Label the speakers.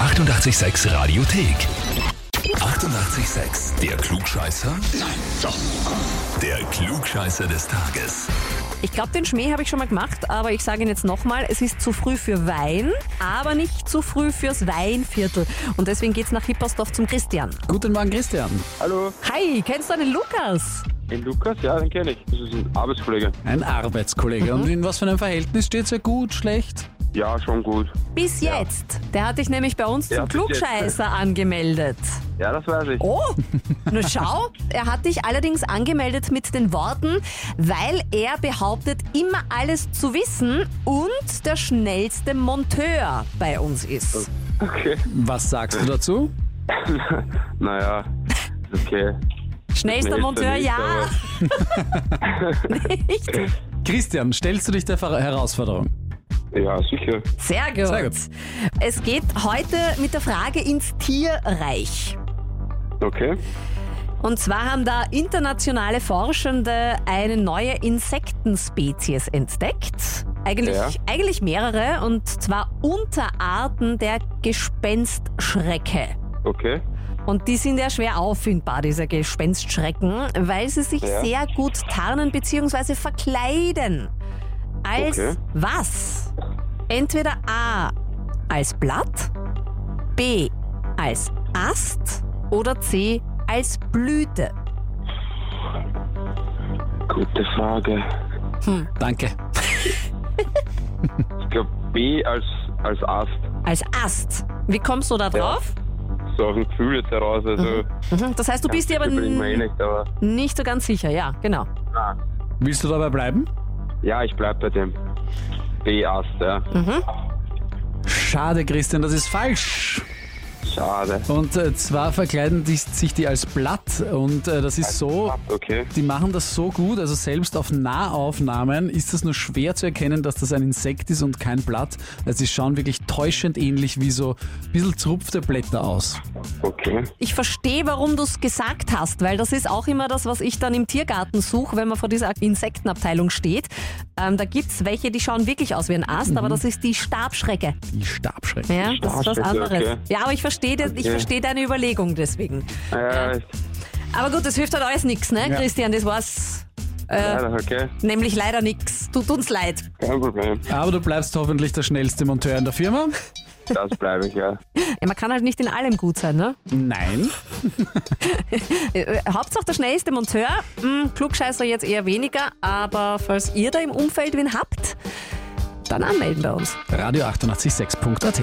Speaker 1: 886 Radiothek. 88,6. Der Klugscheißer? Nein, doch. Der Klugscheißer des Tages.
Speaker 2: Ich glaube, den Schmäh habe ich schon mal gemacht, aber ich sage ihn jetzt nochmal. Es ist zu früh für Wein, aber nicht zu früh fürs Weinviertel. Und deswegen geht's nach Hippersdorf zum Christian.
Speaker 3: Guten Morgen, Christian.
Speaker 4: Hallo,
Speaker 2: Hi, kennst du einen Lukas?
Speaker 4: den Lukas, ja, den kenne ich. Das ist ein Arbeitskollege.
Speaker 3: Ein Arbeitskollege. Und in was für einem Verhältnis steht er gut, schlecht?
Speaker 4: Ja, schon gut.
Speaker 2: Bis jetzt. Der hat dich nämlich bei uns zum
Speaker 4: Ja, bis jetzt.
Speaker 2: Klugscheißer angemeldet.
Speaker 4: Ja, das weiß ich.
Speaker 2: Oh, na schau. Er hat dich allerdings angemeldet mit den Worten, weil er behauptet, immer alles zu wissen und der schnellste Monteur bei uns ist.
Speaker 4: Okay.
Speaker 3: Was sagst du dazu?
Speaker 4: Naja, ist okay.
Speaker 2: Schnellster
Speaker 4: Schnellster
Speaker 2: Monteur,
Speaker 4: nicht,
Speaker 2: ja. Nicht?
Speaker 3: Christian, stellst du dich der Ver Herausforderung?
Speaker 4: Ja, sicher.
Speaker 2: Sehr gut.
Speaker 3: Sehr gut.
Speaker 2: Es geht heute mit der Frage ins Tierreich.
Speaker 4: Okay.
Speaker 2: Und zwar haben da internationale Forschende eine neue Insektenspezies entdeckt. Eigentlich,
Speaker 4: Ja.
Speaker 2: eigentlich mehrere, und zwar Unterarten der Gespenstschrecke.
Speaker 4: Okay.
Speaker 2: Und die sind ja schwer auffindbar, diese Gespenstschrecken, weil sie sich
Speaker 4: Ja.
Speaker 2: sehr gut tarnen bzw. verkleiden. Als
Speaker 4: Okay.
Speaker 2: was? Entweder A als Blatt, B als Ast oder C als Blüte.
Speaker 4: Gute Frage.
Speaker 3: Danke.
Speaker 4: Ich glaube B als, als Ast.
Speaker 2: Als Ast. Wie kommst du da drauf?
Speaker 4: So auf dem Gefühl jetzt heraus. Also,
Speaker 2: Mhm. Das heißt, du bist dir aber
Speaker 4: ich bin mir eh
Speaker 2: n-
Speaker 4: nicht, aber.
Speaker 2: nicht so ganz sicher. Ja, genau.
Speaker 4: Ah.
Speaker 3: Willst du dabei bleiben?
Speaker 4: Ja, ich bleib bei dem. B Ast, ja.
Speaker 2: Mhm.
Speaker 3: Schade, Christian, das ist falsch.
Speaker 4: Schade.
Speaker 3: Und äh, zwar verkleiden die, sich die als Blatt und äh, das ist
Speaker 2: Oh.
Speaker 3: so.
Speaker 4: Okay.
Speaker 3: Die machen das so gut, also selbst auf Nahaufnahmen ist das nur schwer zu erkennen, dass das ein Insekt ist und kein Blatt. Also sie schauen wirklich täuschend ähnlich wie so ein bisschen zerrupfte Blätter aus.
Speaker 4: Okay.
Speaker 2: Ich verstehe, warum du es gesagt hast, weil das ist auch immer das, was ich dann im Tiergarten suche, wenn man vor dieser Insektenabteilung steht. Ähm, da gibt's welche, die schauen wirklich aus wie ein Ast, aber das ist die Stabschrecke.
Speaker 3: Die Stabschrecken.
Speaker 2: Ja, das ist was
Speaker 4: Mhm. Stabschrecke,
Speaker 2: anderes.
Speaker 4: okay.
Speaker 2: Ja, aber ich verstehe de- ich
Speaker 4: Okay.
Speaker 2: verstehe deine Überlegung deswegen.
Speaker 4: Ja, ist-
Speaker 2: Aber gut, das hilft halt alles nichts, ne,
Speaker 3: Ja.
Speaker 2: Christian? Das war's
Speaker 4: ja,
Speaker 2: Äh.
Speaker 4: das ist okay.
Speaker 2: nämlich leider nichts. Tut uns leid.
Speaker 4: Kein Problem.
Speaker 3: Aber du bleibst hoffentlich der schnellste Monteur in der Firma.
Speaker 4: Das bleibe ich, ja.
Speaker 2: Ja, man kann halt nicht in allem gut sein, ne?
Speaker 3: Nein.
Speaker 2: Äh, äh, Hauptsache der schnellste Monteur, hm, Klugscheißer jetzt eher weniger, aber falls ihr da im Umfeld wen habt, dann anmelden bei uns.
Speaker 3: Radio 886.at.